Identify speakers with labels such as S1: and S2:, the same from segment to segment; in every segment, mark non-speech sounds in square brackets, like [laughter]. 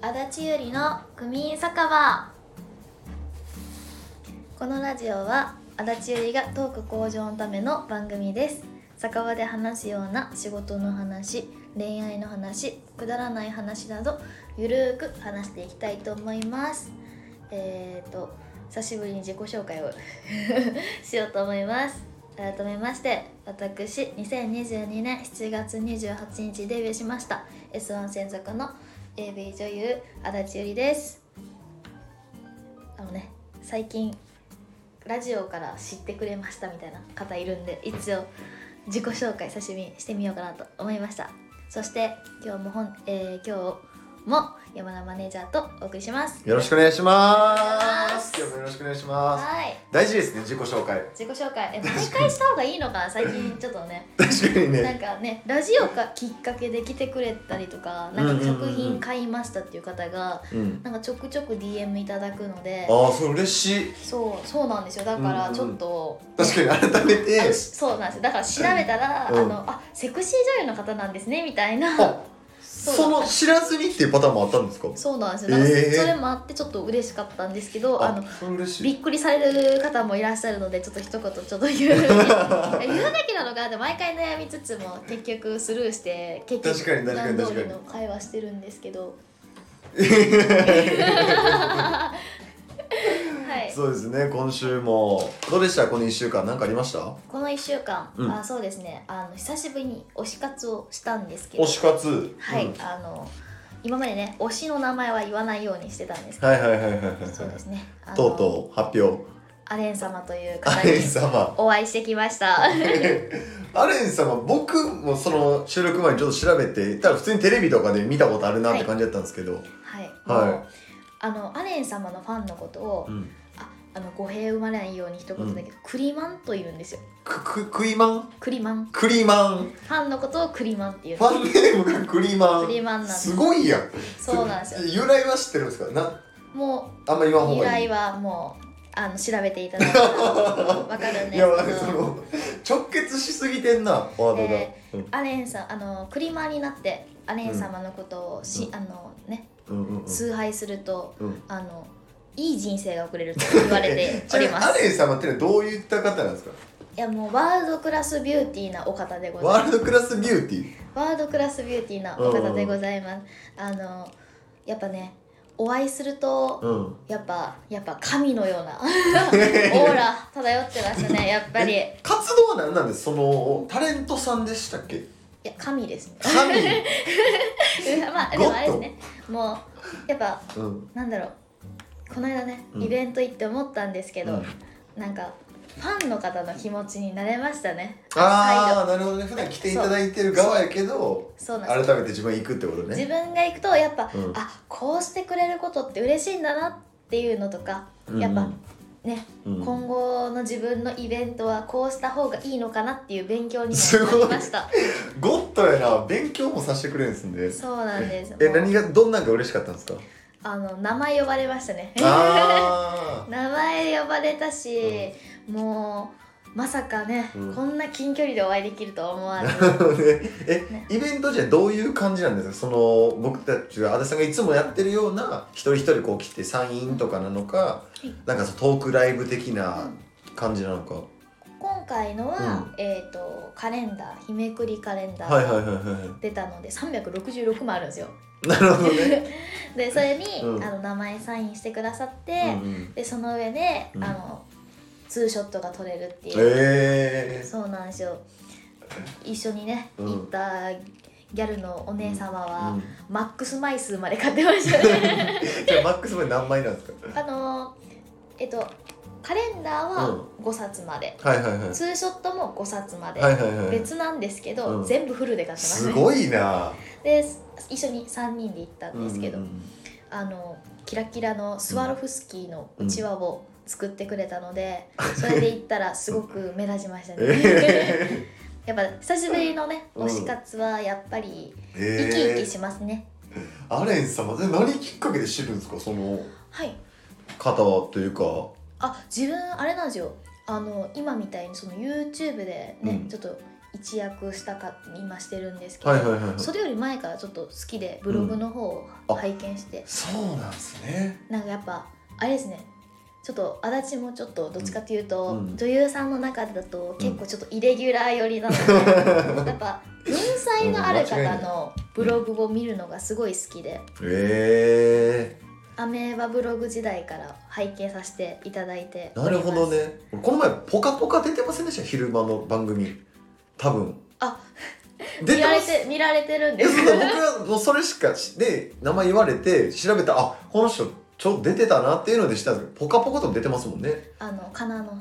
S1: 足立ゆりの区民酒場このラジオは足立ゆりがトーク向上のための番組です酒場で話すような仕事の話恋愛の話くだらない話などゆるーく話していきたいと思いますえー、と久しぶりに自己紹介を [laughs] しようと思います改めまして私2022年7月28日デビューしました S1 専属の AV 女優足立ゆりですあのね最近ラジオから知ってくれましたみたいな方いるんで一応自己紹介久しぶりにしてみようかなと思いましたそして今日も本、えー今日も山田マネージャーとお送りします
S2: よろしくお願いします。今日もよろしくお願いします。
S1: はい
S2: 大事ですね、自己紹介。
S1: 自己紹介え毎回した方がいいのかな最近ちょっとね
S2: 確かに
S1: な
S2: ね。
S1: んかねラジオがきっかけで来てくれたりとかなんか作品買いましたっていう方が
S2: うん。
S1: なんかちょくちょく DM いただくので
S2: ああ、それ嬉しい。
S1: そうそうなんですよだからちょっと、
S2: 確かに改めて
S1: あ。のそうなんですよだから調べたら、
S2: うん
S1: あのあセクシー女優の方なんですねみたいな
S2: あ、
S1: う
S2: その知らずにっていうパターンもあったんですか。
S1: そうなんですよなんかそ,、
S2: えー
S1: れもあってちょっと嬉しかったんですけどあの
S2: あ、それ嬉し
S1: び
S2: い。
S1: っくりされる方もいらっしゃるのでちょっと一言ちょ
S2: [laughs]
S1: っと言う言うだけなのかなって毎回悩みつつも結局スルーして結局
S2: 確かに確かに
S1: 普段通
S2: 確か
S1: り
S2: に
S1: の会話してるんですけ [laughs]
S2: [laughs]
S1: どはい
S2: そうですね、今週も。どうでした、この一週間、なんかありました。
S1: この1週間、
S2: うん
S1: あそうですねあの久しぶりに推し活をしたんですけど
S2: 推し活。
S1: はい、
S2: うん
S1: あの今までね推しの名前は言わないようにしてたんですけど、
S2: はいはいはいはいはいはい。
S1: そうですねあの
S2: とうとう発表。
S1: アレン様という方
S2: ア
S1: に
S2: レン [laughs] 様。
S1: お会いしてきました
S2: アレン様僕もその収録前にちょっと調べてたら普通にテレビとかで見たことあるなって感じだったんですけど、
S1: はい、
S2: は
S1: も
S2: い
S1: うあのアレン様のファンのことを、
S2: うん、
S1: ああの語弊生まれないように一言だけど、クリマンと言うんですよ
S2: くくクイマン
S1: クリマンフ
S2: クリマン
S1: ァンのことをクリマンっていう
S2: ファンネームがクリマン
S1: クリマンなんです
S2: すごいやん
S1: そうなんですよ
S2: 由来は知ってるんですかな
S1: も
S2: あんまり言わん
S1: う
S2: ほ
S1: 由
S2: うがいい
S1: 来はもうあの調べていただい
S2: [laughs]
S1: たらわかるんですけ
S2: いや
S1: ど
S2: なんかその直結しすぎてんなワードが、
S1: えアレンさんあのクリマンになってアレン様のことをし、
S2: うん
S1: あのね
S2: うんうんうん
S1: 崇拝すると
S2: うん
S1: あのいい人生が送れると言われてお
S2: [laughs]
S1: りま
S2: アレ
S1: す
S2: ン様ってのはどういった方なんですか
S1: いやもうワールドクラスビューティーなお方でござい
S2: ワー
S1: ます
S2: ルドクラスビューティー
S1: ワールドクラスビューティーなお方でございますあのやっぱねお会いすると
S2: うん
S1: やっぱやっぱ神のよう
S2: [laughs]
S1: な
S2: オ
S1: オーラ漂ってましたねやっぱりい
S2: 活動は何なんですそのタレントさんでしたっけ
S1: や神ですね [laughs]
S2: 神
S1: まあでもあれですねもうやっぱ
S2: [laughs] うん
S1: なんだろうこの間ね
S2: うん
S1: イベント行って思ったんですけど、
S2: うん
S1: なんかファンの方の気持ちになれましたね
S2: ああなるほどね普段来ていただいてる側やけど
S1: そうなん
S2: 改
S1: で
S2: め
S1: す
S2: て自分行くってこと
S1: 自
S2: ね
S1: 分が行くとやっぱ、
S2: うん
S1: あこうしてくれることって嬉しいんだなっていうのとかやっぱね、
S2: うん
S1: 今後の自分のイベントはこうした方がいいのかなっていう勉強にも
S2: [laughs] す
S1: な
S2: ご
S1: り
S2: い
S1: ました
S2: ゴッドやな勉強もさせてくれるんですんで
S1: そうなんです
S2: え
S1: もう
S2: 何がどんなんが嬉しかったんですか
S1: あの名前呼ばれましたね
S2: あ
S1: [laughs]
S2: あ
S1: 名前呼ばれたし、もうまさかね、
S2: うん
S1: こんな近距離でお会いできるとは思わず
S2: [laughs] えイベントじゃどういう感じなんですかその僕たちが足立さんがいつもやってるような一人一人こう来てサインとかなのか、
S1: い
S2: なんかそのトークライブ的
S1: う
S2: なん感じなのか、
S1: 今回のは、えっ、とカレンダー日めくりカレンダ
S2: はいは
S1: ー
S2: いはい
S1: が
S2: は
S1: 出たので、366もあるんですよ
S2: いなるほどね、
S1: でそれに、
S2: うん
S1: あの名前サインしてくださって、
S2: うんうん、
S1: でその上で、
S2: うん
S1: あのツーショットが撮れるっていう、
S2: えー、
S1: そうなんですよ一緒にね、
S2: うん
S1: 行ったギャルのお姉様は、
S2: うん [laughs]
S1: マックス枚数まで買ってましたね
S2: じゃあマックスまで何枚なんですか
S1: あのえっとカレンダーは5冊まで、
S2: はいはいはい
S1: ツーショットも5冊まで、
S2: はいはいはい
S1: 別なんですけど、
S2: うん
S1: 全部フルで買ってます
S2: す
S1: ね
S2: ごいな
S1: で一緒に3人で行ったんですけど、
S2: うんうん
S1: あのキラキラのスワロフスキーのうちわを作ってくれたので、それで行ったらすごく目立ちました
S2: うん
S1: ね
S2: [laughs] え
S1: やっぱ久しぶりのね
S2: うん
S1: 推し活はやっぱり生
S2: ー
S1: き生き
S2: え
S1: しますね、
S2: ー、アレン様で何きっかけで知るんですかその
S1: はい
S2: 方はというか
S1: あ自分あれなんですよあの今みたいにその YouTube でね、
S2: うん
S1: ちょっと一躍したか今してるんですけど、
S2: はいはいはいはい
S1: それより前からちょっと好きでブログの方を
S2: うんあ
S1: 拝見して、
S2: そうなんですね
S1: なんかやっぱあれですねちょっと足立もちょっとどっちかというと、
S2: うん
S1: 女優さんの中だと結構ちょっとイレギュラー寄りなので、
S2: [laughs]
S1: やっぱ人才のある
S2: うん間違いな
S1: 方
S2: い
S1: のブログを見るのがすごい好きで、
S2: え
S1: アメーバブログ時代から拝見させていただいて
S2: ー、なるほどね俺この前「ぽかぽか」出てませんでした昼間の番組多分
S1: あ
S2: 出
S1: 見
S2: て
S1: ら
S2: ま
S1: れ
S2: す
S1: て見られてるんで
S2: え
S1: す
S2: そうだ僕はもうそれしかしで名前言われて調べたらあこの人ちょっと出てたなっていうのでしたんですけど「ぽかぽか」とも出てますもんね
S1: あのかなの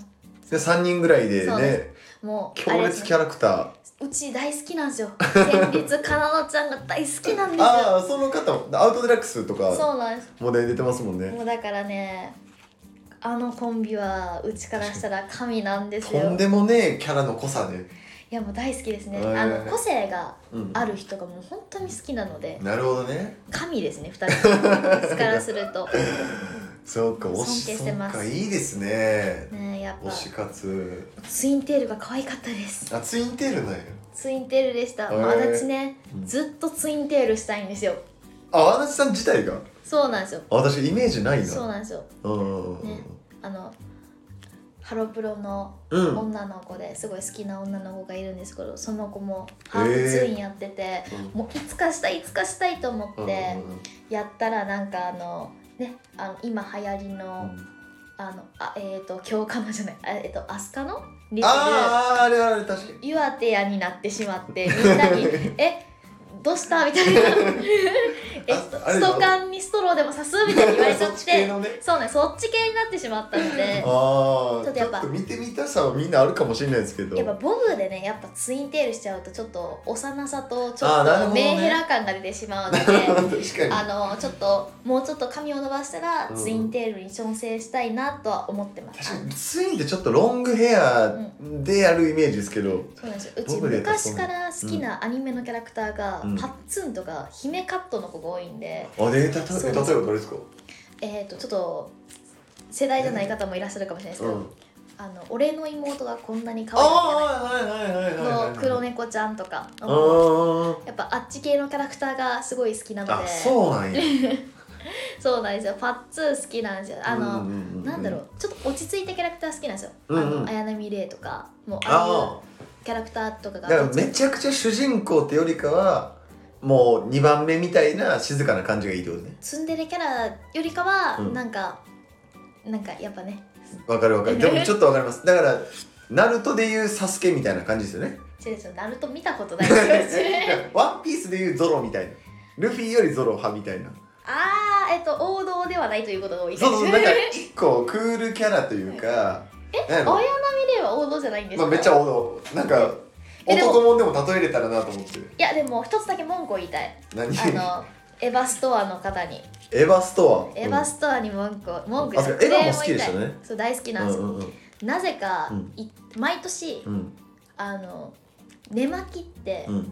S2: で3人ぐらいで
S1: そうで
S2: ね
S1: もう
S2: 強烈キャラクター
S1: うち大好きなん
S2: [laughs]
S1: ですよ先日かなのちゃんが大好きなんですよ
S2: ああその方アウトデラックスとか
S1: そうなんです
S2: もね出てますもんね
S1: もうだからねあのコンビはうちからしたら神なんです
S2: とん
S1: よ
S2: でもねえキャラの濃さね
S1: いやもう大好きですね
S2: はいは
S1: あ
S2: いはい
S1: の個性が
S2: うん
S1: ある人がもう本当に好きなので
S2: なるほどね
S1: 神ですね2人
S2: [laughs]
S1: うちからすると、
S2: そうか推
S1: 尊
S2: し
S1: 敬し
S2: そ
S1: て
S2: う
S1: ます
S2: かいいですね
S1: ね、やっぱ
S2: 推し活
S1: ツインテールが可愛かったです
S2: あツインテールなんや
S1: ツインテールでした、
S2: へー
S1: もう足立ね、
S2: うん
S1: ずっとツインテールしたいんですよ
S2: あ足立さん自体が
S1: そうなんですよ
S2: あ私イメージないな
S1: そうなんですよ
S2: うん
S1: ねあのハロプロの
S2: うん
S1: 女の子ですごい好きな女の子がいるんですけどその子もハーフツインやってて、もういつかしたいいつかしたいと思
S2: うん
S1: ってやったらなんかあのねあの今流行りの、あのあえっ、と京カマじゃないあえっ、とアスカのリズ
S2: あーあれあれ確かに
S1: ル岩手屋になってしまってみんな
S2: [laughs]
S1: に「えどうした?」みたいな「え
S2: ああれ
S1: ストカンにストローでも刺す?」みたいに言われちゃっ
S2: [laughs] そっち系
S1: て
S2: のね
S1: そうねそっち系になってしまったので。
S2: ああ
S1: ちょっと
S2: ち
S1: やっ
S2: ょ
S1: ぱ
S2: っと見てみたさはみんなあるかもしれないですけど
S1: やっぱボブでねやっぱツインテールしちゃうとちょっと幼さとちょ
S2: あーなる
S1: っ
S2: ほ
S1: と
S2: どね
S1: メンヘラ感が出てしまうので
S2: [laughs] 確
S1: あ
S2: かに
S1: のちょっともうちょっと髪を伸ばしたら
S2: うん
S1: ツインテールに調整したいなとは思ってます、
S2: 確かにツインってちょっとロングヘアでやるイメージですけど、
S1: そうなんですようち
S2: ボブでやったら
S1: 昔
S2: そう
S1: から好きなアニメのキャラクターが
S2: うん
S1: パッツンとか姫カットの子が多いんで、
S2: あで例えば
S1: そう
S2: 例えばどれですか
S1: えっ、とちょっと世代じゃない方もいらっしゃるかもしれないですけど、
S2: うん
S1: あの俺の妹がこんなに可愛
S2: あーはいはいはい
S1: い
S2: は
S1: んじゃ
S2: いはい
S1: な
S2: はいい
S1: の黒猫ちゃんとか
S2: あー
S1: やっぱあっち系のキャラクターがすごい好きなの
S2: あ
S1: で
S2: そうなんや
S1: そうなんですよパッツー好きなんですよあの、
S2: ううう
S1: なんだろうちょっと落ち着いたキャラクター好きなんですよ、
S2: うんうん
S1: あの綾波レイとかもうあ
S2: あ
S1: あいうキャラクターとか
S2: あ
S1: が
S2: だからめちゃくちゃ主人公ってよりかはもう2番目みたいな静かな感じがいいってことね
S1: ツンデレキャラよりかは、
S2: うん
S1: なんかなんかやっぱね
S2: わかるわかるでもちょっとわかりますだからナルトでいうサスケみたいな感じですよね
S1: 違う違うナルト見たことないですよ
S2: [laughs] ワンピースでいうゾロみたいなルフィよりゾロ派みたいな
S1: ああえっと王道ではないということが多い
S2: そうそうだ
S1: え [laughs]
S2: から一個クールキャラというかなんや
S1: 綾
S2: ろ
S1: 波レイは王道じゃないんです
S2: ま
S1: か、
S2: あめっちゃおなんか
S1: えでも
S2: 男もんでも例えれたらなと思って
S1: いやでも一つだけ文句を言い
S2: [laughs]
S1: たい
S2: 何
S1: あのエヴァストアの方に
S2: エヴァストア
S1: エヴァストアに文句を文句
S2: あ
S1: じゃ
S2: そ
S1: な
S2: う
S1: い
S2: エ
S1: クレ
S2: ヴァも
S1: ームを
S2: 好き
S1: 言い
S2: で
S1: た
S2: し
S1: い
S2: たね
S1: そう大好き
S2: う
S1: なん
S2: ん
S1: で
S2: う
S1: すよ、
S2: んうん
S1: なぜか、
S2: うん
S1: い毎年
S2: うん
S1: あの寝巻きって、う
S2: うん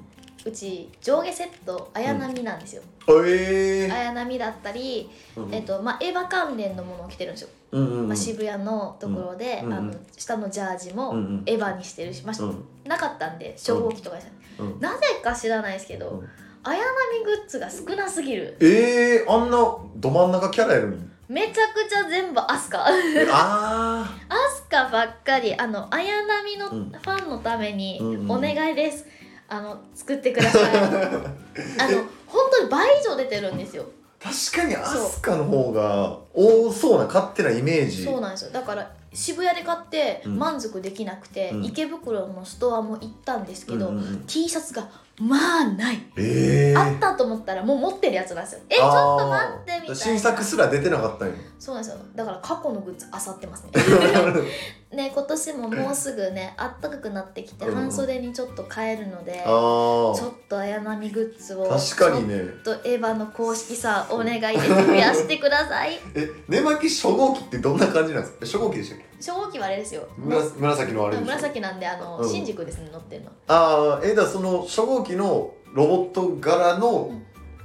S1: ち上下セット綾波なんですよ、
S2: えー
S1: 綾波だったり、
S2: うん
S1: えっとまあ、エヴァ関連のものを着てるんですよ、
S2: うんうんうん
S1: まあ、渋谷のところで、
S2: うん
S1: あの
S2: うん
S1: 下のジャージ
S2: うんう
S1: も
S2: ん
S1: エヴァにしてるし、まあ
S2: うん
S1: なかったんで消防機とかじゃない、
S2: うん
S1: なぜか知らないですけど、
S2: うん
S1: 綾波グッズが少なすぎる
S2: えー、あんなど真ん中キャラやるのに
S1: めちゃくちゃ全部アスカア
S2: あ
S1: スカばっかりあの綾波のフ
S2: うん
S1: ァンのために
S2: うんうん
S1: お願いです、あの作ってくだ
S2: [laughs]
S1: さいあの本当に倍以上出てるんですよ
S2: ー確かにアスカの方が多そうな勝手なイメージ
S1: そうなんですよだから渋谷で買って
S2: うん
S1: 満足できなくて、
S2: うん
S1: 池袋のストアも行ったんですけど、
S2: うんうんうん
S1: T シャツがまあない、
S2: えー、
S1: あったと思ったらもう持ってるやつなんですよえちょっ
S2: あー
S1: と待ってみたいな
S2: 新作すら出てなかったんよ
S1: そうなんですよだから過去のグッズあさってますねね今年ももうすぐねあったかくなってきて
S2: うん
S1: 半袖にちょっと変えるので、
S2: [laughs] あ
S1: ちょ
S2: あ
S1: っと綾波グッズを
S2: 確かにね
S1: ちょっとエヴァの公式さんお願いです増やしてください
S2: え寝巻き初号機ってどんな感じなんですかえ初号機でしたっけ
S1: 正直はあれですよ
S2: むら紫のあれでしょ
S1: 紫なんであの、
S2: うん
S1: 新宿ですね乗ってるの
S2: ああえだからその初号機のロボット柄の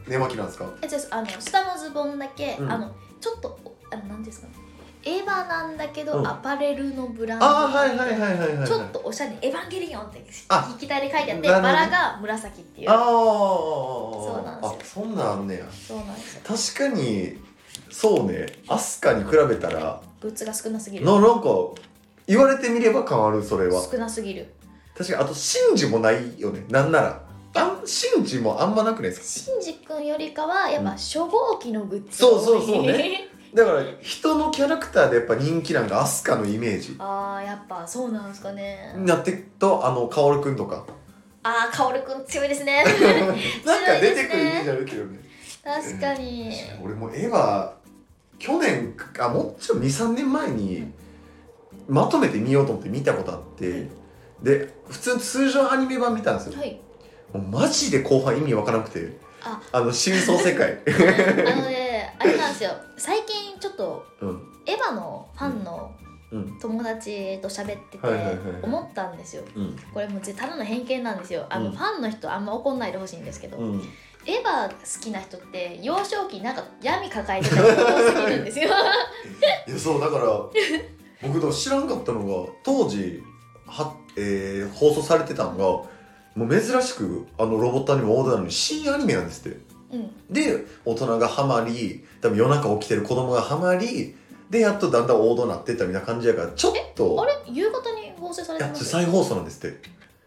S2: 寝巻きなんですか
S1: えじゃああの下のズボンだけ、
S2: うん
S1: あのちょっとあのなんていうんですかねエヴァなんだけど、
S2: うん
S1: アパレルのブランド
S2: ああはいはいはいはいはいはい
S1: ちょっとおしゃれ「エヴァンゲリオン」って
S2: あ
S1: きたり書いてあって
S2: な
S1: バ
S2: るほどね
S1: ラが紫っていう
S2: ああああああ
S1: そうなんですよ
S2: あそんなんあんねや
S1: そうなんですよ
S2: 確かにそうねアスカに比べたら
S1: グッズが少なすぎる
S2: のなんか言われてみれば変わるそれは
S1: 少なすぎる
S2: 確かにあと真珠もないよねなんならあん真珠もあんまなくないですか
S1: シンジ君よりかはやっぱ初号機のグッズ
S2: そうそうそうねだから
S1: うん
S2: 人のキャラクターでやっぱ人気なんがアスカのイメージ
S1: ああやっぱそうなんですかね
S2: になってくとあの薫くんとか
S1: ああカオルくん強いですね [laughs]
S2: なんか出てくるイメージあるけどね
S1: 確かに
S2: 俺も絵は去年あもうちょっと23年前にまとめて見ようと思って見たことあって、
S1: はい
S2: で普通通常アニメ版見たんです
S1: [laughs]
S2: よ、
S1: はい
S2: もうマジで後半意味わからなくて
S1: あ
S2: の真相世界
S1: あのねあれなんですよ最近ちょっと
S2: うん
S1: エヴァのファンの
S2: うん
S1: 友達と喋ってて
S2: はいはいはいはい
S1: 思ったんですよ
S2: うん
S1: これもうただの偏見なんですよあの、
S2: うん
S1: ファンの人あんま怒んないでほしいんですけど、
S2: うん
S1: エヴァ好きな人って幼少期なんか闇抱えてた人多すぎるんですよ
S2: いやそうだから [laughs] 僕だから知らんかったのが当時は、えー放送されてたのがもう珍しくあのロボットアニメオーダーのに新アニメなんですって
S1: うん
S2: で大人がハマり多分夜中起きてる子供がハマりでやっとだんだん王道になってったみたいな感じやからちょっ
S1: あ
S2: と
S1: れ夕方に合成され
S2: い
S1: て
S2: や
S1: ま
S2: ちょ
S1: す
S2: 再放送なんですって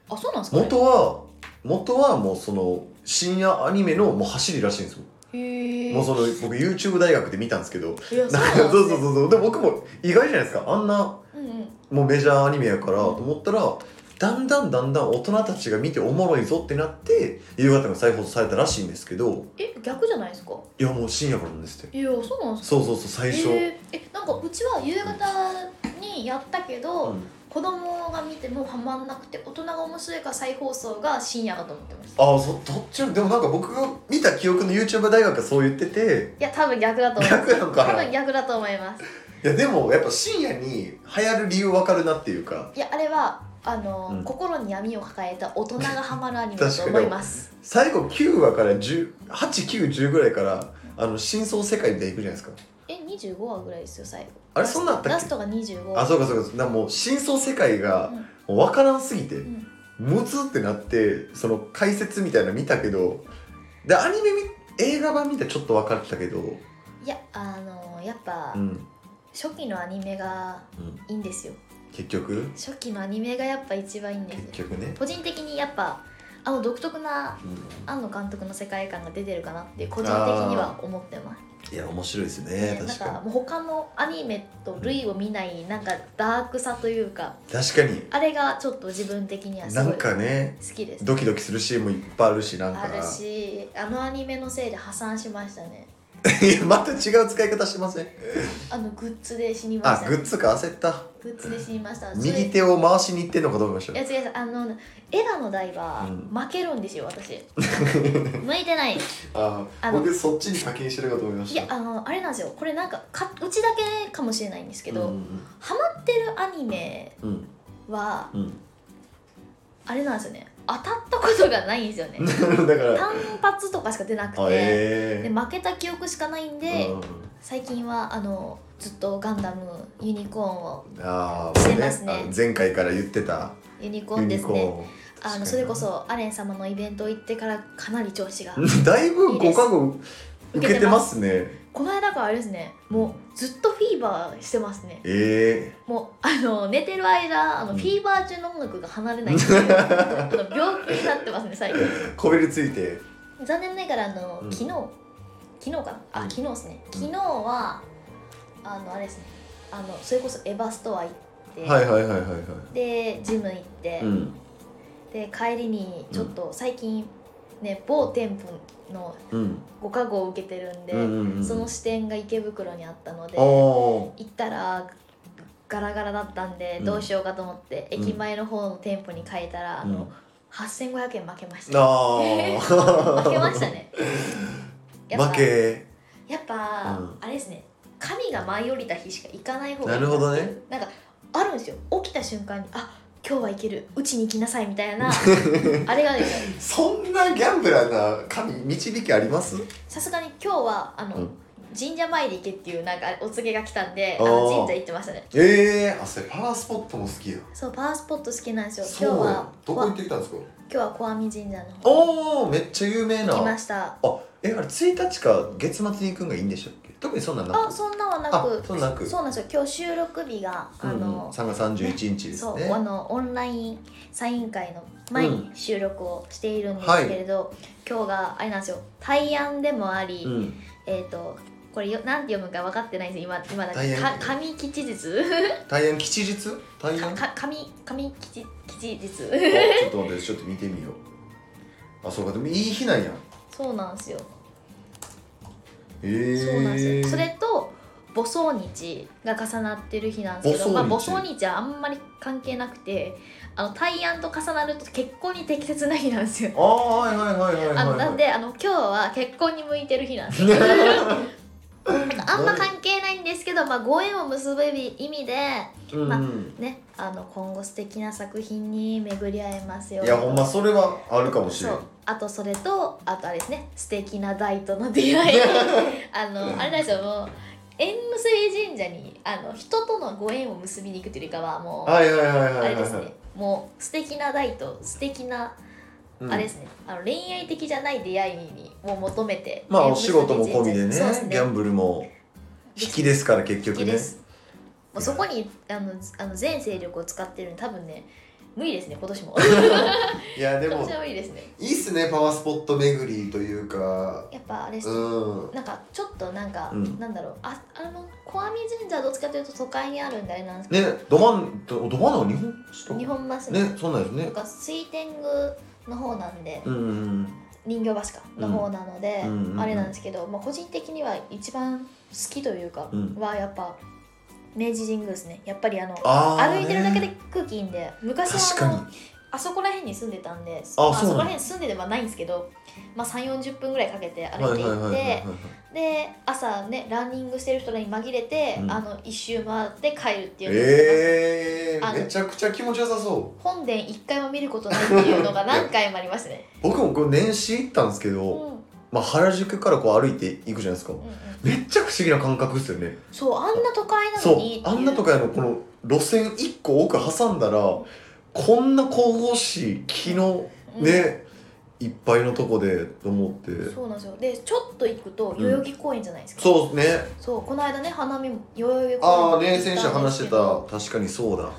S1: あそうなんですか、ね、
S2: 元は元はもうその深夜アニメのもう走りらしいんですよ、
S1: へえ
S2: もうその僕 YouTube 大学で見たんですけど
S1: い [laughs] やそう
S2: なんか
S1: なん
S2: [laughs] そ
S1: です
S2: うそう
S1: ね
S2: そうそうで僕も意外じゃないですかあんな
S1: うんうん
S2: もうメジャーアニメやからと思ったらだんだんだんだん大人たちが見ておもろいぞってなって夕方が再放送されたらしいんですけど
S1: え逆じゃないですか
S2: いやもう深夜からなんですって
S1: いやそうなんですか
S2: そうそうそう最初、
S1: えーえなんかうちは夕方にやったけど、
S2: うん
S1: 子供が見てもハマんなくて大人が面白いから再放送が深夜だと思ってました
S2: ああそどっちもでもなんか僕が見た記憶の YouTube 大学がそう言ってて
S1: いや多分逆だと思います
S2: 逆なのか
S1: 多
S2: な
S1: 分
S2: い
S1: 逆だと思います
S2: やでもやっぱ深夜に流行る理由わかるなっていうか
S1: いやあれはあの、
S2: うん
S1: 心に闇を抱えた大人がハマるアニメだと思います
S2: 最後9話から108910ぐらいからあの真相世界みたいに行くじゃないですか
S1: え25話ぐらいですよ最後
S2: あれそんなんあったっけ
S1: ラストが25
S2: あ
S1: 話
S2: そうかそうかだからもう真相世界が
S1: うん
S2: もう分からんすぎて
S1: ん
S2: ムツってなってその解説みたいなの見たけどでアニメ見映画版見てちょっと分かったけど
S1: いやあのやっぱ、
S2: うん、
S1: 初期のアニメが
S2: う
S1: い
S2: ん、
S1: いんですよ
S2: 結局
S1: 初期のアニメがやっぱ一番いいんです
S2: 結局ね、
S1: 個人的にやっぱあの独特な
S2: うん
S1: 庵野監督の世界観が出てるかなって個人的には思ってます
S2: いや面白いですね
S1: ねなん
S2: 確かに
S1: かもう他のアニメと類を見ないなんかダークさというか
S2: 確かに
S1: あれがちょっと自分的にはす
S2: な
S1: ご
S2: ん
S1: い好
S2: かね
S1: きです
S2: ドキドキするシーンもいっ [laughs] ぱいあるしなんか
S1: あるしあのアニメのせいで破産しましたね
S2: いやまた違う使い方してません
S1: あのグッズで死にまし
S2: あ
S1: た
S2: グッズか焦った
S1: グッズで死にました
S2: 右手を回しに行ってんのかと思いまし
S1: いや
S2: た
S1: 違う違うあのエヴァの台は
S2: うん
S1: 負けるんですよ、私向いてない
S2: [laughs] あ
S1: あの僕
S2: そっちに課金してるかと思いま
S1: いやあのあれなんですよこれなんかかうちだけかもしれないんですけど、
S2: うん
S1: ハマってるアニメ
S2: うん
S1: は
S2: うん、
S1: あれなんですよね当たったことがないんですよね
S2: [laughs] だから
S1: 単発とかしか出なくて、
S2: あえ
S1: で負けた記憶しかないん
S2: え
S1: で、
S2: うん
S1: 最近はあのずっとガンダムユニコーンを
S2: ああ
S1: してますね
S2: 前回から言ってた
S1: ユニコー
S2: ユ
S1: ンで
S2: ニ
S1: す
S2: コ
S1: ね
S2: ーン
S1: あのそれこそアレン様のイベント行ってからかなり調子が
S2: だいぶ
S1: いい
S2: ご
S1: です
S2: 加護受けてますね
S1: この間からあれですねもうずっとフィーバーしてますね
S2: え
S1: もうあの寝てる間あの
S2: うん
S1: フィーバー中の音楽が離れないん
S2: [laughs]
S1: ですよあの病気になってますね最近
S2: えこびりついて
S1: 残念ながらあの、
S2: うん
S1: 昨日昨日かなあ、
S2: うん
S1: 昨日ですね
S2: うん
S1: 昨日はあのあれですねあのそれこそエヴァストア行って、
S2: はいはいはいはいは
S1: でジム行って、
S2: いうん
S1: で帰りにちょっと最近ね某店舗の
S2: うん
S1: ご加護を受けてるんで、
S2: うんうんうん
S1: その支店が池袋にあったので行
S2: おー
S1: ったらガラガラだったんで
S2: うん
S1: どうしようかと思って、
S2: うん
S1: 駅前の方の店舗に変えたら、あ
S2: う
S1: の
S2: ん
S1: 8500円負けました
S2: あー
S1: 負けましたね [laughs] やっぱ
S2: 負け
S1: やっぱ、
S2: うん
S1: あれですね神が舞い降りた日しか行かない方がいい
S2: なるほどね
S1: なんかあるんですよ起きた瞬間にあ今日はいけるうちに行きなさいみたい
S2: [laughs]
S1: なあれがあるんですよ
S2: そんなギャンブラーな神導きあります
S1: さすがに今日はあの、
S2: うん
S1: 神社参り行けっていうなんかお告げが来たんであ
S2: あ
S1: の
S2: ー
S1: 神社行ってましたね
S2: ええー、あそれパワースポットも好きや
S1: そうパワースポット好きなんですよ
S2: そ
S1: 今
S2: う
S1: 日
S2: や
S1: は
S2: どこ
S1: わ
S2: 行っ
S1: 今
S2: てきたんですか
S1: 日は小網神社の方
S2: おおめっちゃ有名な
S1: 行きました
S2: あえあれ1日か月末に行くんがいいんでしたっけ特にそんなんなく
S1: あそんなはな
S2: あ
S1: く
S2: そうなく
S1: そうなんですよ今日収録日があ
S2: うんうん、
S1: の、
S2: 3月31日です
S1: そう
S2: ね
S1: あのオンラインサイン会の前に収録をしているんですけれど、今日があれなんですよ対案でもあり、
S2: うん、
S1: えっ、とこれよなんて読むか分かってないんですよ今今だ
S2: 大
S1: け
S2: 安
S1: か神吉日
S2: 大安吉日大
S1: か
S2: 安
S1: か神神吉吉日
S2: おちょっと待ってちょっと見てみようあそうかでもいい日なんや
S1: そうなんですよ、
S2: ええー、
S1: そうなんですよそれと母葬日が重なってる日なんですけど
S2: 母
S1: まあ
S2: 葬日
S1: 母葬日はあんまり関係なくてあの対案と重なると結婚に適切な日なんですよ
S2: ああはいはいはいはいはい、はい、
S1: あのなんであの今日は結婚に向いてる日なんです
S2: [laughs]
S1: よあんま関係ないんですけど、まあ、ご縁を結ぶ意味で、
S2: うんうん
S1: ね、あの今後素敵な作品に巡り合えますよ
S2: いやほんまそれはあるかもしれん
S1: そうあとそれとあとあれですね素敵な大との出
S2: [laughs]
S1: 会いあのあれなんですよもう縁結び神社にあの人とのご縁を結びに行くというよりかはもう、
S2: はいはいはい
S1: あ
S2: は
S1: れ
S2: いは
S1: で
S2: い
S1: すね、
S2: はい
S1: もう素敵な大と素敵な
S2: うん
S1: あれですねあの恋愛的じゃない出会いにも求めて
S2: まあ
S1: ね
S2: お仕事も込みでね
S1: そうですね
S2: ギャンブルも引きですから結
S1: 好き
S2: 局ね
S1: ですもうそこにあのあの全勢力を使ってるの多分ね無理ですね今年も
S2: いや [laughs] で
S1: 今
S2: も
S1: 年は無理ですね
S2: いいっすねパワースポット巡りというか
S1: やっぱあれです、
S2: うん
S1: なんかちょっとなんか、
S2: うん
S1: なんだろうああの小網神社はどっちかというと都会にあるんであれなんですけ
S2: ねど真んどど真ん中日本
S1: ど、日本橋の、
S2: ねそうなんです
S1: と
S2: ね
S1: か水天宮の方なんで、
S2: うんうん
S1: 人形橋かの方なので、
S2: うんうんうんうん
S1: あれなんですけど、まあ、個人的には一番好きというか
S2: うん
S1: はやっぱ明治神宮ですねやっぱりあの
S2: あーね
S1: 歩いてるだけで空気いいんで昔
S2: 確
S1: はあ
S2: か
S1: の
S2: に
S1: あそこら辺に住んでたんであ
S2: そう
S1: まあ、
S2: な
S1: そ
S2: の
S1: こら辺住んでではないんですけど、まあ、3 4 0分ぐらいかけて
S2: は
S1: 歩いて
S2: いはい
S1: 行
S2: は
S1: っ
S2: いはいはい
S1: てで朝ねランニングしてる人らに紛れて、
S2: うん
S1: あの一周回って帰るっていうのをやってましたあ
S2: えー、
S1: の
S2: めちゃくちゃ気持ちよさそう
S1: 本殿一回も見ることないっていうの
S2: [laughs]
S1: が何回もありましたね。
S2: 僕もこれ年始行ったんですけ
S1: うん
S2: ど、
S1: うん
S2: まあ、原宿からこう歩いていくじゃないですか
S1: うん、
S2: めっちゃ不思議な感覚ですよね
S1: そうあんな都会な
S2: そ
S1: の
S2: う
S1: にってい
S2: あんなとかのこの路線1個奥挟んだらこんな神々しい木の
S1: うん
S2: ね、いっぱいのとこでと思って
S1: そうなんですよでちょっと行くと
S2: うん
S1: 代々木公園じゃないですか、
S2: そうね
S1: そうこの間ね花見も代々木公園
S2: ああ
S1: 行
S2: ね
S1: ったんですけど
S2: 選手話してた確かにそうだ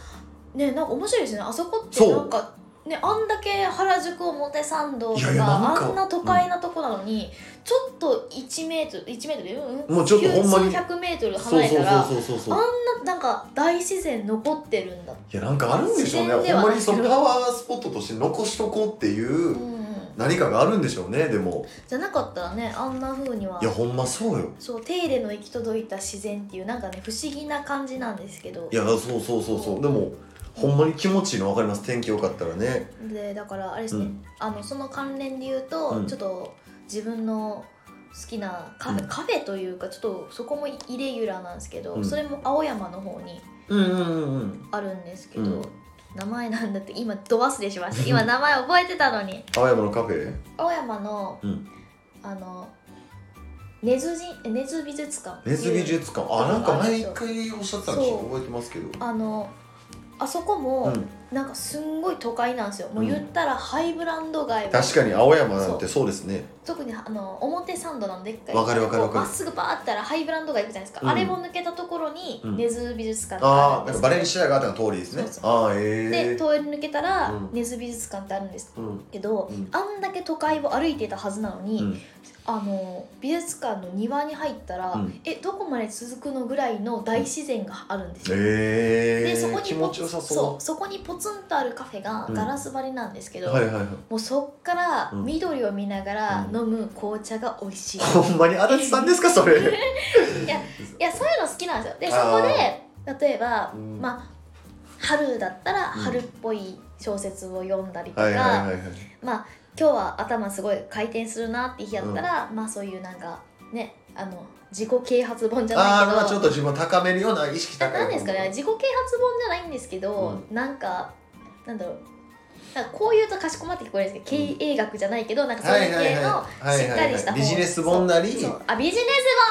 S1: ねなんか面白いですねあそこって
S2: そう
S1: なんかねあんだけ原宿表参道とか
S2: いやいやなんか
S1: あんな都会なとこなのに、ちょっと1メートル1メートルうんうん
S2: もうちょっとほんまに
S1: 数百メートル
S2: そ
S1: 離
S2: う
S1: れたら
S2: そうそうそうそう
S1: あななんか大自然残ってるんだ、
S2: いやなんかあるんでしょうね
S1: 自然では
S2: ほんまにそのパワースポットとして残しとこうっていううん
S1: うん、
S2: 何かがあるんでしょうねでも
S1: じゃなかったらねあんな風にはい
S2: やほんまそうよ
S1: そう手入れの行き届いた自然っていうなんかね不思議な感じなんですけど
S2: いやそうそうそうそうでもほんまに気持ちいいの分かります天気良かったらね
S1: でだからあれですね、
S2: う
S1: あのその関連で言うと、
S2: うん
S1: ちょっと自分の好きなカフェ、
S2: うん
S1: カフェというかちょっとそこもイレギュラーなんですけど、
S2: うん
S1: それも青山の方に
S2: うんうんうんうん
S1: あるんですけど、
S2: うん
S1: 名前なんだって今ど忘れしま
S2: [laughs]
S1: した今名前覚えてたのに
S2: 青山のカフェ
S1: 青山の、
S2: うん
S1: あの根津神え根津美術館ってい
S2: 根
S1: う
S2: 津美術館あなんか前一回おっしゃってたんでしょ覚えてますけど
S1: あのあそこも、
S2: うん
S1: なんかすんごい都会なんですよもう言ったらハイブランド街、
S2: 確かに青山なんてそうですね
S1: 特にあの表参道なのでっかい
S2: わかるわかるわかる
S1: こうまっすぐバーったらハイブランドが行くじゃないですか、
S2: うん
S1: あれも抜けたところに
S2: うん
S1: 根津美術館って
S2: あ
S1: ある
S2: あなんん
S1: です
S2: か
S1: け
S2: バ
S1: ど
S2: レンシアガーっての通りですね
S1: そうそ
S2: ああ
S1: で
S2: ええ
S1: 通り抜けたら
S2: うん
S1: 根津美術館ってあるんです
S2: うん
S1: けど、
S2: うん
S1: あんだけ都会を歩いてたはずなのに、
S2: うん
S1: あの美術館の庭に入ったら、
S2: うん
S1: えどこまで続くのぐらいの大自然があるんですよ、
S2: え
S1: でそこ
S2: え
S1: に
S2: 気
S1: ポ
S2: 持
S1: ツ
S2: ちよさ
S1: そ
S2: そう
S1: そこにポツンとあるカフェがガラス張りなんですけ
S2: う
S1: ど、
S2: はいはいはい
S1: もうそっから
S2: うん
S1: 緑を見ながら
S2: うん
S1: 飲む紅茶が美味
S2: [laughs]
S1: しい、
S2: ほんまに足立さんですかそれ
S1: [laughs] いやそういうの好きなんですよでそ
S2: あ
S1: こ
S2: ー
S1: で例えば、
S2: うん
S1: まあ春だったら
S2: うん
S1: 春っぽい小説を読んだりとか、
S2: はいはいはいはい
S1: まあ今日は頭すごい回転するなって日やったら、まあそういうなんかねあの自己啓発本じゃ
S2: あ
S1: な
S2: あまあ
S1: い
S2: ち
S1: け
S2: ょ
S1: ど
S2: っと自分を高めるような意識
S1: な
S2: 高い
S1: なんですかね自己啓発本じゃないんですけど、なんかなんだろうなんかこういうとかしこまって聞こえるんですけど、経営学じゃないけどなんかそう
S2: はいいうはい
S1: 系
S2: はい
S1: の
S2: は
S1: し
S2: い
S1: っ
S2: は
S1: か
S2: い
S1: りした本
S2: はいビジネス本なり
S1: そうあビジネス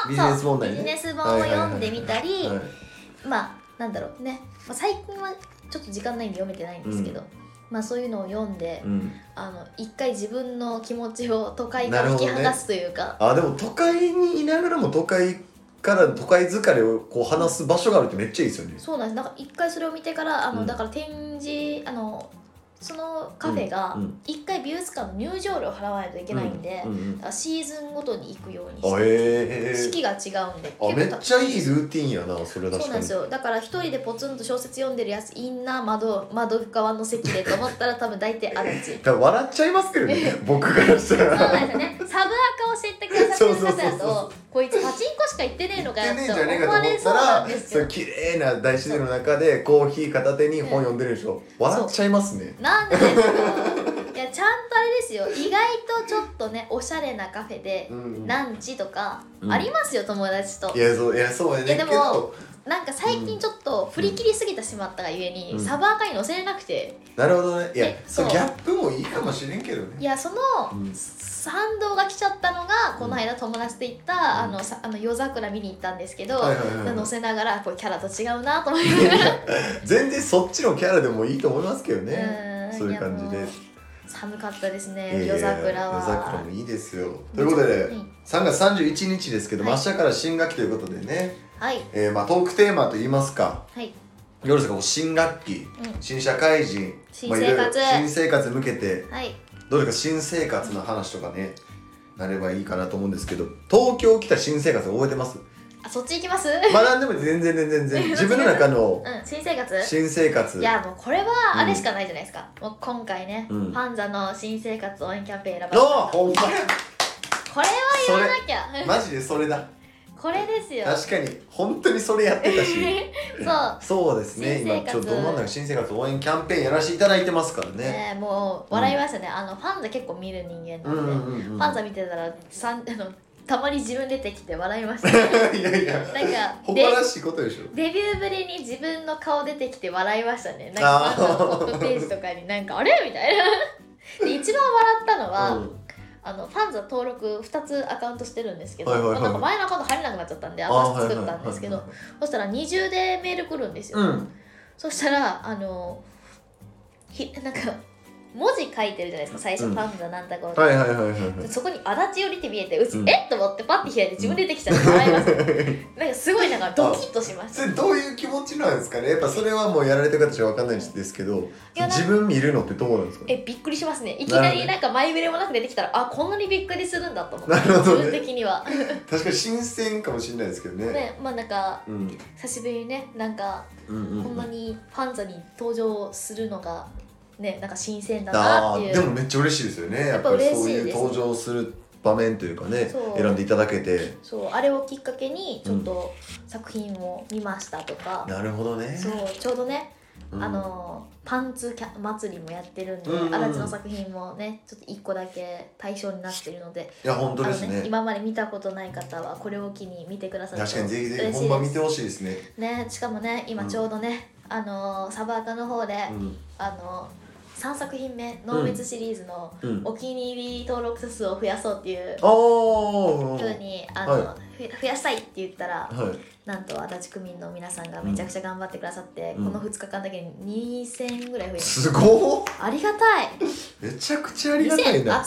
S1: 本
S2: ビジネス本なり
S1: そうビ
S2: ね
S1: ジネス本を読んでみたり、
S2: はい
S1: まあなんだろうね、まあ、最近はちょっと時間ないんで読めてないんですけど、まあそういうのを読んで、
S2: うん
S1: あの一回自分の気持ちを都会から引き剥がすというか、
S2: あでも都会にいながらも都会から都会疲れをこう話す場所があるってめっちゃいいですよね
S1: そうなんですなんか一回それを見てからあの、
S2: うん
S1: だから展示あのそのカフェが
S2: うんうん
S1: 一回美術館の入場料払わないといけないんで、
S2: うんうんうん
S1: だからシーズンごとに行くようにし
S2: あ
S1: て、
S2: え
S1: 四
S2: ー、
S1: 季が違うんで結
S2: あめっ
S1: た
S2: ちゃいいルーティンやなそれ確かに
S1: そうなんですよだから一人でポツンと小説読んでるやついんな窓窓側の席でと思ったら多分大体あるち
S2: だから笑っちゃいますけどね僕からした
S1: そうなん
S2: ら
S1: ですよねサブアカを知ってくださってる方
S2: そ
S1: だ
S2: うそうそう
S1: とこいつパチンコしか行ってねえのか
S2: 言
S1: よっ
S2: ってね
S1: て
S2: えんじゃねえ
S1: 思
S2: か
S1: わ
S2: と思
S1: れ
S2: っ
S1: そう
S2: た
S1: なん
S2: ら
S1: ですけ
S2: そう
S1: ど
S2: 綺麗な大自然の中でコーヒー片手に本読んでるでしょ笑っちゃいますね
S1: なんでですかいやちゃんとあれですよ意外とちょっとねおしゃれなカフェで
S2: うんうん
S1: ランチとか
S2: うん
S1: ありますよ、友達と
S2: いやそういやそうやね
S1: い
S2: ん
S1: や
S2: け
S1: でも
S2: ど
S1: なんか最近ちょっと振り切りすぎてしまったがゆえに、
S2: うん
S1: サバーカに載せれなくて
S2: なるほどねいや
S1: えそ
S2: そ
S1: う
S2: うギャップもいいかもしれんけど
S1: い
S2: ね
S1: やその
S2: うん
S1: 賛同が来ちゃったのがこの間友達と行った、あのさあの夜桜見に行ったんですけど、
S2: はいはいはい
S1: 載せながらこれキャラと違うなと思いながら
S2: [laughs] 全然そっちのキャラでもいいと思いますけどね
S1: うん
S2: そういう感じで
S1: やもう寒かったです
S2: いや
S1: ね
S2: いや
S1: 夜桜は
S2: 夜桜もいいですよということで、
S1: うん
S2: 3月31日ですけど、
S1: はい
S2: 明日から新学期ということでね、
S1: はい
S2: えーまあ、トークテーマといいますか
S1: はい
S2: どうですかこう新学期、
S1: うん
S2: 新社会人
S1: 新
S2: まあ
S1: 生活
S2: いろいろ新生活に向けて
S1: はい
S2: どうですか新生活の話とかねなればいいかなと思うんですけど東京来た新生活覚えてます [laughs]
S1: あそっち行きます
S2: まあ何でも全然全然全然自分の中の
S1: うん、新生活
S2: 新生活
S1: いやもうこれは
S2: うん
S1: あれしかないじゃないですか、もう今回ね、
S2: うん
S1: ファンザの新生活応援キャンペーン選ばれた
S2: のほんま [laughs] や
S1: これは言わなきゃ
S2: マジでそれだ
S1: [laughs] これですよ
S2: 確かに本当にそれやってたし
S1: [laughs] そ
S2: そうですね
S1: 新生
S2: 今
S1: 活
S2: ちょっとど真ん中新生活応援キャンペーンやらせていただいてますから
S1: う、
S2: ね、
S1: ねえ、もう笑いましたね、あのファンザ結構見る人間
S2: うん
S1: なんで、
S2: うんうんう
S1: フ
S2: ん
S1: ァンザ見てたらさんあのたまに自分出てきて笑いま
S2: [laughs]
S1: した、ね、
S2: いやいや
S1: なんか
S2: 誇ら
S1: で
S2: しいことでしょ
S1: デビューぶりに自分の顔出てきて笑いましたねなんかファンザのトップページとかになんかあれみたい
S2: [laughs]
S1: なで一番笑ったのは、
S2: うん
S1: あのファンザ登録2つアカウントしてるんですけど、
S2: はいはいはい
S1: まあなんか前のアカウント入れなくなっちゃったんで
S2: あ
S1: 私
S2: は
S1: 作
S2: いはいはい
S1: っ
S2: はい
S1: たんですけど、そしたら二重でメール来るんですよ、
S2: うん
S1: そしたらあのひなんか文字書いてるじゃないですか最初、
S2: うん
S1: ファンザなんだか、
S2: はいはいはいはいはい
S1: そこに足立よりって見えてうち、
S2: うん
S1: えっと思ってパッて開いて自分で出てきちゃって笑い
S2: [laughs]
S1: ます、なんかすごいなんかドキッとしまし
S2: そ
S1: た
S2: れどういう気持ちなんですかねやっぱそれはもうやられた方しかわかんないですけど
S1: や
S2: 自分見るのってどうなんですか
S1: えびっくりしますねいきなりなんか前触れもなく出てきたらあこんなにびっくりするんだと思って、
S2: なるほ
S1: 自
S2: どね
S1: 分的には
S2: 確かに新鮮かもしれないですけどね
S1: ねまあなんか
S2: うん
S1: 久しぶりにねなんか
S2: うんう
S1: こん
S2: んう
S1: なんにファンザに登場するのがねなんか新鮮だな
S2: あ
S1: ってい
S2: ー
S1: う
S2: でもめっちゃ嬉しいですよねやっぱり
S1: やっぱ
S2: そう
S1: 嬉しい
S2: い
S1: で
S2: う
S1: す
S2: 登場する場面というかね
S1: そう
S2: 選んでいただけて
S1: そうあれをきっかけにちょっと作品を見ましたとか、
S2: なるほどね
S1: そうちょうどね、
S2: うん
S1: あのパンツキャ祭りもやってるんで、
S2: うんうんうん
S1: 足立の作品もねちょっと1個だけ対象になってるので
S2: いや本当です
S1: あの
S2: ね
S1: 今まで見たことない方はこれを機に見てくださると
S2: 確かにぜひぜ
S1: 嬉
S2: ひ
S1: し
S2: 本
S1: い
S2: 番
S1: で
S2: 見
S1: す
S2: てほしいですね
S1: ねしかもね今ちょうどね、あのサバーカの方で、
S2: うん
S1: あの3作品目「濃密」シリーズの、
S2: うん
S1: お気に入り登録者数を増やそうっていう
S2: お
S1: ふう
S2: ー
S1: にあの、
S2: は
S1: ふ増やしたいって言ったら
S2: はい
S1: なんと足立区民の皆さんがめちゃくちゃ頑張ってくださって、
S2: うん
S1: この2日間だけに2000ぐらい増え
S2: すごっ
S1: たありがたい
S2: めちゃくちゃありがた
S1: 2000
S2: い
S1: あ
S2: な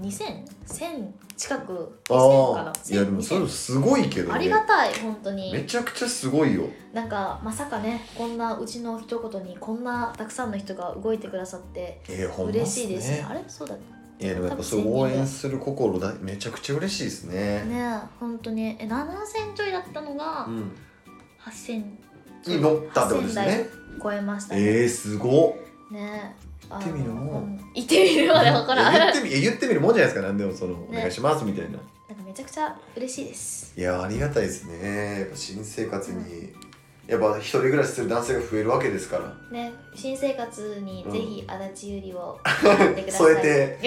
S1: 10002000 1000近く
S2: あ
S1: 2000かな
S2: ーいやでもそれ
S1: 1000
S2: すごいけど
S1: あり
S2: ね
S1: がたい本当
S2: め
S1: に
S2: ちゃくちゃすごいよ
S1: なんかまさかねこんなうちの一言にこんなたくさんの人が動いてくださって
S2: えー、ほんまっ
S1: 嬉しいですねあれそうだね
S2: いやでもやっぱそう応援する心だめちゃくちゃ嬉しいですね
S1: ね本当にえ7000ちょいだったのが、
S2: うん
S1: 8000
S2: に乗ったってことですね
S1: 超えましたね。
S2: えー、すごっ
S1: ね行
S2: 行ってみるもん
S1: 行ってみるまでわからん。
S2: いや
S1: な
S2: 言
S1: んか
S2: ってみえ言ってみるもんじゃないですか何でもその、お
S1: ね
S2: 願いしますみたいな
S1: めちゃくちゃ嬉しいです。
S2: いやありがたいですねやっぱ新生活に、やっぱ一人暮らしする男性が増えるわけですから
S1: ね新生活にぜひ足立ゆりをやってください。
S2: 添え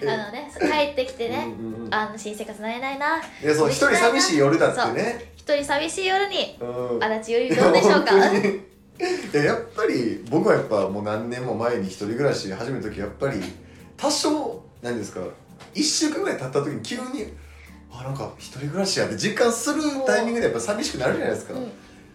S2: て
S1: あのね帰ってきてね、
S2: うんうんうん
S1: あの新生活慣れないな
S2: いやそう一人寂しい夜だってね
S1: 一人寂しい夜に
S2: うん
S1: [laughs]
S2: [laughs]
S1: 足立ゆりどうでしょうか。
S2: 本当にいややっぱり僕はやっぱもう何年も前に一人暮らし始めた時やっぱり多少何ですか1週間ぐらい経った時に急にあなんか一人暮らしやって実感するタイミングでやっぱ寂しくなるじゃないですか、
S1: うん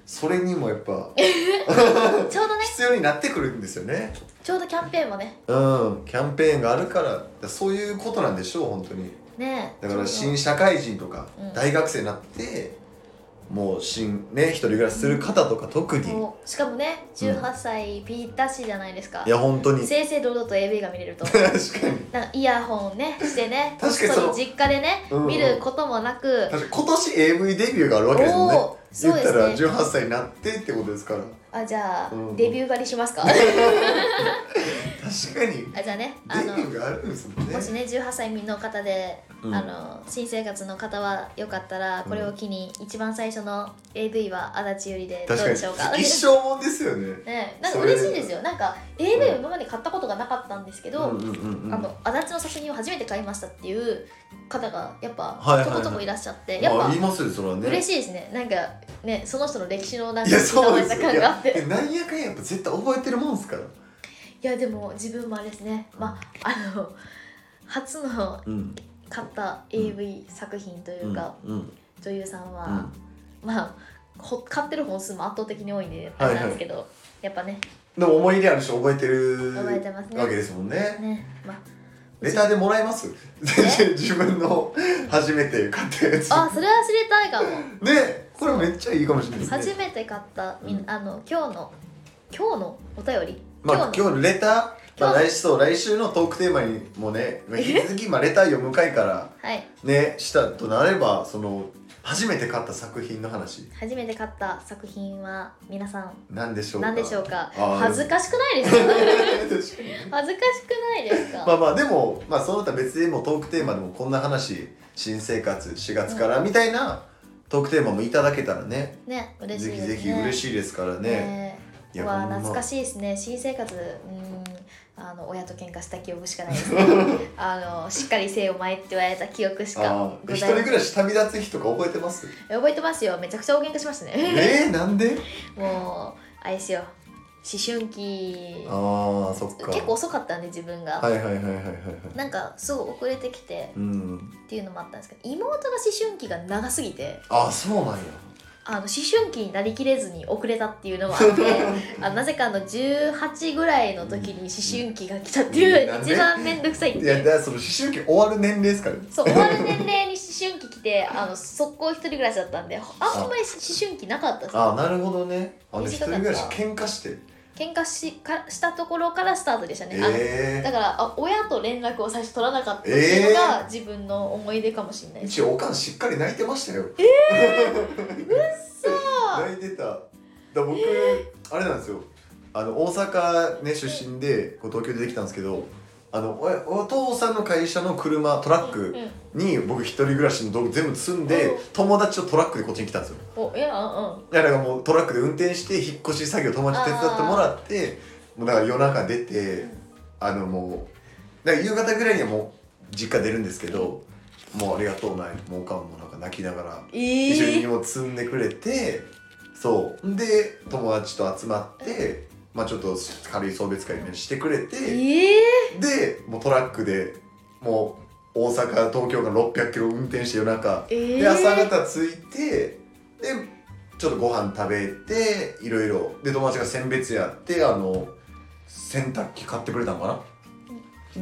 S2: それにもやっぱ
S1: ちょうどね
S2: 必要になってくるんですよね
S1: ちょうどキャンペーンもね
S2: うんキャンペーンがあるからだからそういうことなんでしょう本当に
S1: ねえ
S2: だか
S1: ちょ
S2: ら
S1: う
S2: 新社会人とか
S1: うん
S2: 大学生になって、もう新ね一人暮らしする方とか特に、
S1: ど
S2: い
S1: もうしかもね18歳ぴったしじゃないですか、
S2: や本当に
S1: 正々堂々と AV が見れると
S2: [laughs] 確かに
S1: なんかイヤホンねしてね
S2: 確かにそう
S1: こっそり実家でね、
S2: うんうん
S1: 見ることもなく
S2: 確かに今年 AV デビューがあるわけですもんね
S1: おーそうで
S2: 言った
S1: す
S2: ら
S1: ね
S2: 18歳になってってことですから
S1: あじゃあ、
S2: うん
S1: デビュー狩りします
S2: [laughs]
S1: か
S2: 確かにデビ
S1: あじゃあねあの
S2: ューがあるんですもんね
S1: もしね18歳未満の方で、
S2: うん
S1: あの新生活の方はよかったらこれを機に一番最初の AV は足立ゆりでどう
S2: 確か
S1: で
S2: に
S1: しょうか
S2: 一生もんですよね
S1: ね、なんか嬉しいですよなんか AV を今まで買ったことがなかったんですけど、
S2: うんうんうんうん
S1: あの足立の作品を初めて買いましたっていう方がやっぱ
S2: はいはいはい
S1: ちょこちょこいらっしゃって、
S2: まあ
S1: や
S2: 言
S1: っ
S2: いますよそれは
S1: ぱ
S2: ね
S1: 嬉しいですねなんかねその人の歴史のなんか
S2: いやそうです
S1: 刻ま
S2: よ
S1: れた感があって
S2: いやなんやかんややっぱ絶対覚えてるもんですから
S1: いやでも自分もあれですねまああの初の
S2: うん
S1: 買った AV 作品というか、
S2: うんうん
S1: 女優さん
S2: う
S1: は
S2: ん、
S1: まあほ買ってる本数も圧倒的に多いんで
S2: は
S1: あ
S2: いは
S1: れ
S2: い
S1: なんですけど、やっぱね
S2: でも思い入れあるし覚えてる
S1: 覚えてますね
S2: わけですもんね
S1: ねまあ
S2: レターでもらえます全然 [laughs] 自分の初めて買ったやつ
S1: あそれは知りたいかも
S2: ねこれめっちゃいいかもしれないですね
S1: 初めて買ったみん
S2: うん
S1: あの今日の今日のお便り、
S2: まあ
S1: 今、日の
S2: 今日のレター、まあ、
S1: 今日
S2: 来週そう来週のトークテーマにもねまあ引き続きまあレター読む回から
S1: はい
S2: ねしたとなればその初めて買った作品の話
S1: 初めて買った作品は皆さん
S2: なんでしょうか
S1: 何でしょうか
S2: あー
S1: 恥ずかしくないですか
S2: [laughs] 確かに
S1: 恥ずかしくないですか、
S2: [laughs] まあまあでも、まあ、その他別でもトークテーマでもこんな話新生活4月からみたいなトークテーマもいただけたらね
S1: ね嬉しい
S2: ぜ
S1: で
S2: ひ
S1: すね
S2: ぜひ嬉しいですからね
S1: ね
S2: いや
S1: わあ
S2: ほんま
S1: 懐かしいですね新生活うーんあの親と喧嘩した記憶しかない
S2: [laughs]
S1: ですねあのしっかり生を巻いて言われた記憶し
S2: あ
S1: か
S2: ー
S1: ご
S2: 一
S1: ざい
S2: 人
S1: ま
S2: 暮らし旅立つ日とか覚えてます
S1: せん覚えてますよめちゃくちゃ大喧嘩しましたね
S2: えー、なんで
S1: [laughs] もうあれですよ思春期
S2: ああそっか
S1: 結構遅かったんで自分が、
S2: はいはいはいはいはいはい
S1: なんかすごい遅れてきて
S2: うん
S1: っていうのもあったんですけど妹が思春期が長すぎて
S2: あそうなんや
S1: あの思春期になりきれずに遅れたっていうのもあって
S2: [laughs]
S1: あのなぜかあの18ぐらいの時に思春期が来たっていう
S2: なんで
S1: 一番面倒くさいって
S2: い
S1: い
S2: やだ
S1: う
S2: からその思春期終わる年齢ですから
S1: そう終わる年齢に思春期来てあの速攻一人暮らしだったんであ
S2: あ
S1: んまり思春期なかったです
S2: あなるほどねあで一
S1: 短
S2: 人
S1: かった
S2: 暮らし喧嘩して
S1: 喧嘩しかしたところからスタートでしたね、あの
S2: え
S1: だからあ親と連絡を最初取らなかったっていうのが自分の思い出かもしれな
S2: え
S1: いです
S2: 一応おかんしっかり泣いてましたよ [laughs] 泣いてただから僕、あれなんですよあの大阪ね出身でこう東京出てきたんですけどあのおお父さんの会社の車トラッ
S1: うん
S2: ク
S1: うん
S2: に僕一人暮らしの道具全部積んで
S1: うん
S2: 友達とトラックでこっちに来たんですよ
S1: おいやうんうん
S2: いやだからもうトラックで運転して引っ越し作業友達手伝ってもらってもうだから夜中出て、
S1: うん
S2: あのもうだから夕方ぐらいにはもう実家出るんですけど、もうありがとうないもうおかんもなんか泣きながら
S1: え
S2: 一緒に荷
S1: ー、
S2: 物積んでくれてそうで友達と集まって、まあ、ちょっと軽い送別会みたいにしてくれ
S1: え
S2: て、
S1: ー、
S2: でもうトラックでもう大阪東京から600キロ運転して夜中。
S1: えー、
S2: で朝方着いてでちょっとご飯食べていろいろで友達が選別やってあの洗濯機買ってくれたのかな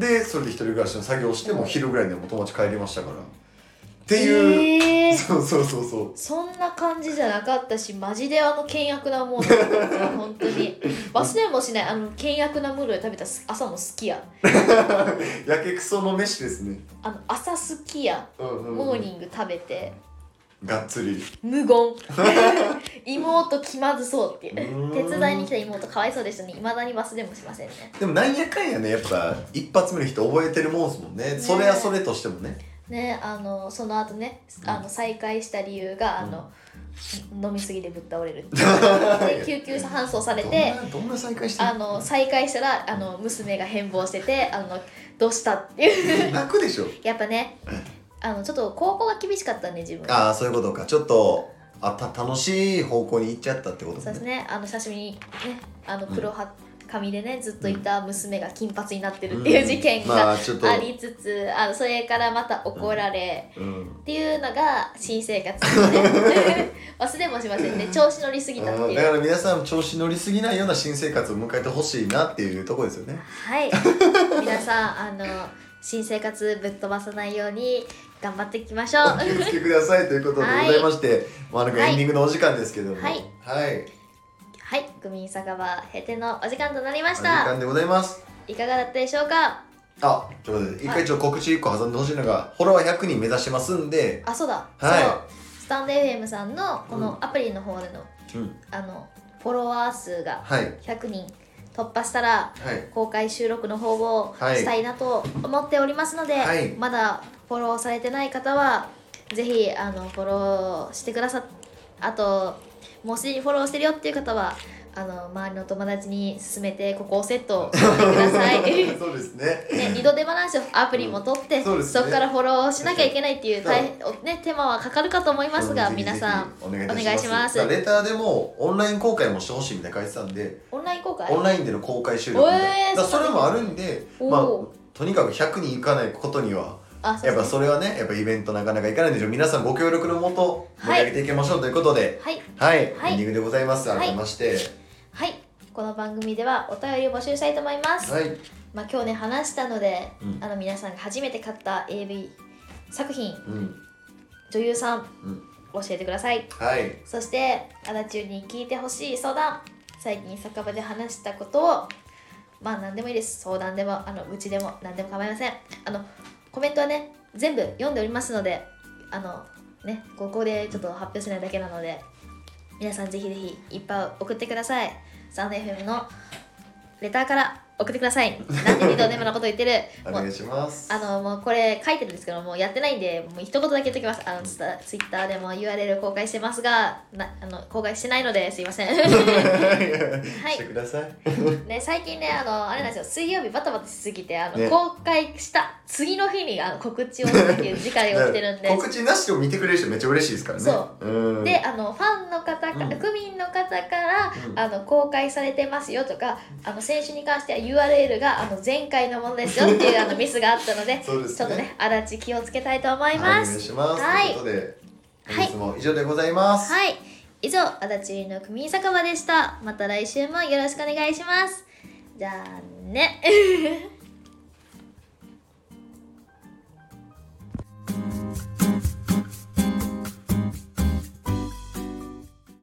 S2: でそれで一人暮らしの作業してもう昼ぐらいにはもう友達帰りましたからっていう、
S1: えー
S2: そうそうそうそう
S1: そんな感じじゃなかったしマジであの険悪なものだったん
S2: [laughs]
S1: ですよ本当に忘れもしないあの険悪なムールで食べた朝のすき家
S2: やけくその飯ですね
S1: あの朝すき家
S2: うんうんうん
S1: モーニング食べて
S2: がっつり
S1: 無
S2: [laughs]
S1: 言 [laughs] 妹気まずそうっていう
S2: ーん
S1: う手伝いに来た妹かわいそうでしたねいまだに忘れもしませんね
S2: でもなんやかんやねやっぱ一発目の人覚えてるもんすもんねそれはそれとしてもね
S1: ねあのその後ねあの再会した理由があの、飲みすぎでぶっ倒れるっていうで救急車搬送され
S2: どん
S1: て
S2: などんな再会してん
S1: あの再会したらあの娘が変貌しててあのどうしたっていう
S2: 泣くでしょ
S1: やっぱねあのちょっと高校が厳しかったんで自分
S2: ああそういうことかちょっとあた楽しい方向に行っちゃったってこと
S1: そうです
S2: ね
S1: ねあの写真にねあの
S2: うん
S1: 黒は髪でねずっといた娘が金髪になってるっていう事件
S2: ま
S1: が
S2: あちょっと
S1: ありつつあのそれからまた怒られ
S2: うん
S1: っていうのが新生活です
S2: [laughs]
S1: ね忘れもしませんね調子乗りすぎたって
S2: うん
S1: い
S2: だか
S1: う
S2: ら皆さんも調子乗りすぎないような新生活を迎えてほしいなっていうところですよね
S1: はい皆さんあの新生活ぶっ飛ばさないように頑張っていきましょう
S2: お気をつけくださいということでございまして、まあ、なんかエンディングのお時間ですけども
S1: はい
S2: はい、
S1: はいグミン酒場閉店のお時間となりま
S2: お
S1: し
S2: 時
S1: た
S2: 間でございます
S1: いかがだったでしょうか
S2: あということで一回ちょっと告知1個挟んでほしいのがフォロワー100人目指してますんで、
S1: あそうだ、
S2: はい
S1: そうスタンド FM さんのこのアプリの方での,、
S2: うん、
S1: あのフォロワー数が
S2: はい
S1: 100人突破したら
S2: はい
S1: 公開収録の方を
S2: はい
S1: したいなと思っておりますので、
S2: はい
S1: まだフォローされてない方はぜひあのフォローしてくださっあともうすでにフォローしてるよっていう方はあの周りの友達に勧めてここをセットしてください。
S2: [laughs]
S1: ね
S2: そうですね
S1: 二度手放しをアプリも取って、
S2: うんそうですね
S1: こからフォローしなきゃいけないっていう大変、おね、手間はかかるかと思いますが
S2: ぜひぜひ
S1: 皆さん
S2: お願いい
S1: お
S2: た
S1: 願いし
S2: しま
S1: ます
S2: すレターでもオンライン公開もしてほしいみたいな書いてたんで
S1: オンライン公開
S2: オンラインでの公開収録みた
S1: えー
S2: いなだからそれもあるんで
S1: おー
S2: まあとにかく100人いかないことには
S1: あそう
S2: やっ
S1: で
S2: ぱ
S1: すね
S2: それはねやっぱイベントなかなかいかないんでしょ皆さんご協力のもと盛り上げていきましょうということで
S1: はい
S2: はい、
S1: はい
S2: エンディングでございます
S1: はい
S2: 改めまして
S1: はいこの番組ではお便りを募集したいと思います、
S2: はい、
S1: まあ、今日ね話したので、
S2: うん
S1: あの皆さんが初めて買った AV 作品
S2: うん
S1: 女優さん
S2: うん
S1: 教えてください
S2: はい
S1: そして足立に聞いてほしい相談最近酒場で話したことをまあ何でもいいです相談でもあのうちでも何でも構いませんあのコメントはね全部読んでおりますのであのねここでちょっと発表しないだけなので皆さんぜひぜひいっぱい送ってくださいサウンド FM のレターから送ってください何で二度でもなこと言ってる
S2: お
S1: もう
S2: 願いします [laughs]
S1: あのもうこれ書いてるんですけどもうやってないんでもう一言だけ言っておきますあのツタツイッターでも URL 公開してますがなあの公開してないのですいませ
S2: [laughs]
S1: ん
S2: してください
S1: ね最近ねあのあれなんですよ水曜日バタバタしすぎてあの、
S2: ね
S1: 公開した次の日にあの告知をするっていう次回をしてるんで
S2: 告知なしでも見てくれる人めっちゃ嬉しいですからね、
S1: そう
S2: うん、
S1: であのファンの方か、
S2: うん
S1: 区民の方から、
S2: うん
S1: あの公開されてますよとかあの選手に関しては URL があの前回のものですよっていうあのミスがあったので
S2: そうですね
S1: ちょっとね足立気をつけたいと思い
S2: はい、
S1: ま
S2: お願い
S1: す。
S2: します、
S1: はい
S2: ということで
S1: はい
S2: 本日も以上でございます、
S1: はい以上足立ゆりの区民酒場でしたまた来週もよろしくお願いしますじゃあね